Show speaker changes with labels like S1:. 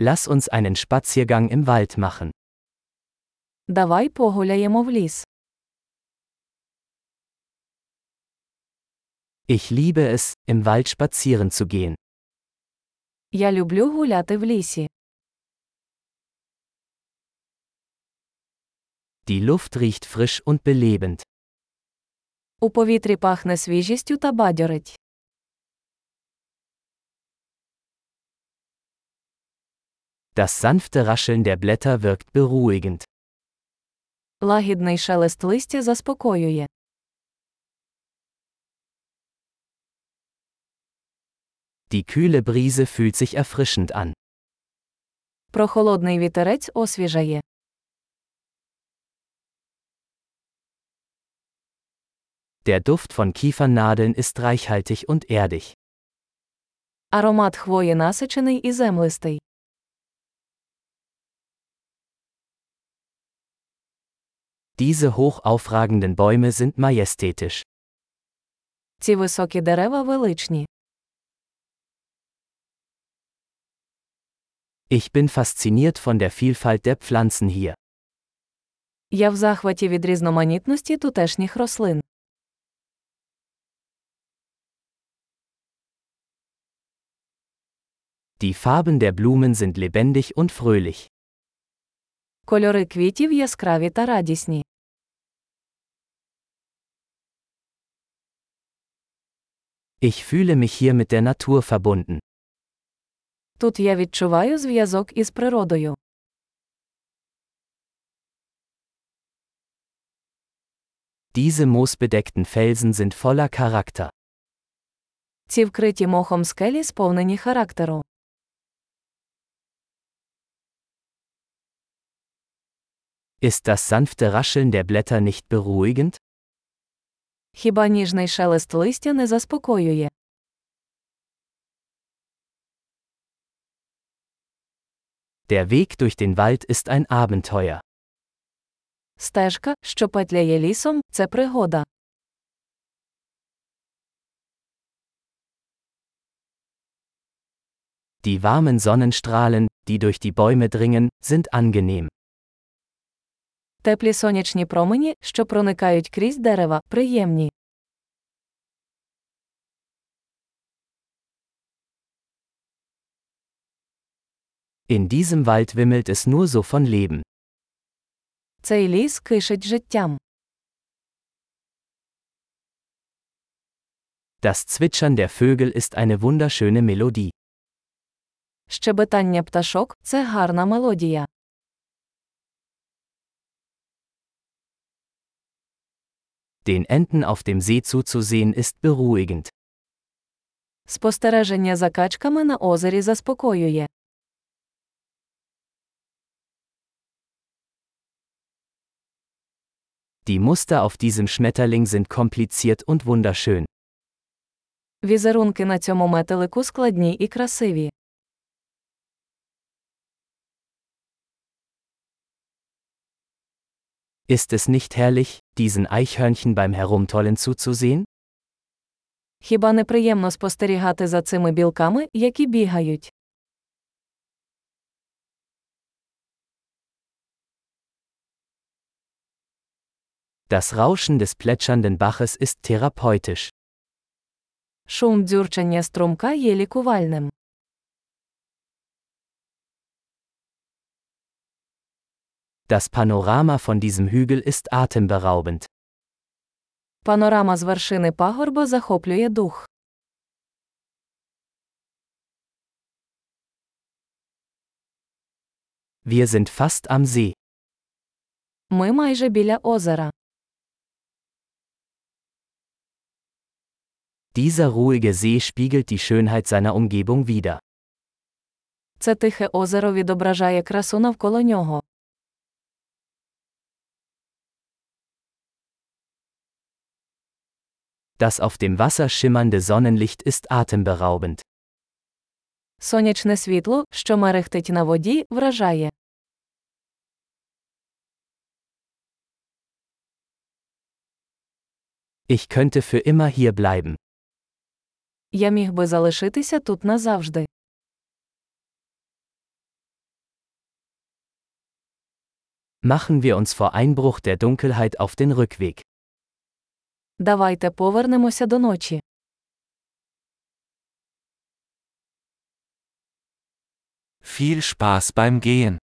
S1: Lass uns einen Spaziergang im Wald machen.
S2: Давай погуляємо в ліс.
S1: Ich liebe es, im Wald spazieren zu gehen.
S2: Я люблю гуляти в лісі.
S1: Die Luft riecht frisch und belebend.
S2: У повітрі пахне свіжістю та бадьорить.
S1: Das sanfte Rascheln der Blätter wirkt beruhigend.
S2: Лагідний шелест листя заспокоює.
S1: Die kühle Brise fühlt sich erfrischend an.
S2: Прохолодний вітерець освіжає.
S1: Der Duft von Kiefernadeln ist reichhaltig und erdig.
S2: Аромат хвої насичений і землистий.
S1: Diese hoch aufragenden Bäume sind majestätisch.
S2: Ці високі дерева величні.
S1: Ich bin fasziniert von der Vielfalt der Pflanzen hier.
S2: Я в захваті від різноманітності тутешніх рослин.
S1: Die Farben der Blumen sind lebendig und fröhlich.
S2: Кольори квітів яскраві та радісні.
S1: Ich fühle mich hier mit der Natur verbunden.
S2: Тут я відчуваю зв'язок із природою.
S1: Diese moosbedeckten Felsen sind voller Charakter.
S2: Ці вкриті мохом скелі сповнені характеру.
S1: Ist das sanfte Rascheln der Blätter nicht beruhigend?
S2: Хіба ніжний шелест листя не заспокоює?
S1: Der Weg durch den Wald ist ein Abenteuer.
S2: Стежка, що петляє лісом, це пригода.
S1: Die warmen Sonnenstrahlen, die durch die Bäume dringen, sind angenehm.
S2: Теплі сонячні промені, що проникають крізь дерева, приємні.
S1: In diesem Wald wimmelt es nur so von Leben.
S2: Цей ліс кишить життям.
S1: Das Zwitschern der Vögel ist eine wunderschöne Melodie.
S2: Щебетання пташок це гарна мелодія.
S1: Den Enten auf dem See zuzusehen ist beruhigend.
S2: Спостереження за качками на озері заспокоює.
S1: Die Muster auf diesem Schmetterling sind kompliziert und wunderschön.
S2: Візерунки на цьому метелику складні і красиві.
S1: Ist es nicht herrlich, diesen Eichhörnchen beim Herumtollen zuzusehen?
S2: Хіба не приємно спостерігати за цими білками, які бігають?
S1: Das Rauschen des plätschernden Baches ist therapeutisch.
S2: Шум дзюрчання струмка є лікувальним.
S1: Das Panorama von diesem Hügel ist atemberaubend.
S2: Панорама з вершини пагорба захоплює дух.
S1: Wir sind fast am See.
S2: Ми майже біля озера.
S1: Dieser ruhige See spiegelt die Schönheit seiner Umgebung wider.
S2: Це тихе озеро відображає красу навколо нього.
S1: Das auf dem Wasser schimmernde Sonnenlicht ist atemberaubend.
S2: Сонячне світло, що мерехтить на воді, вражає.
S1: Ich könnte für immer hier bleiben.
S2: Я міг би залишитися тут назавжди.
S1: machen wir uns vor Einbruch der Dunkelheit auf den Rückweg.
S2: Давайте повернемося до ночі.
S3: Viel Spaß beim Gehen.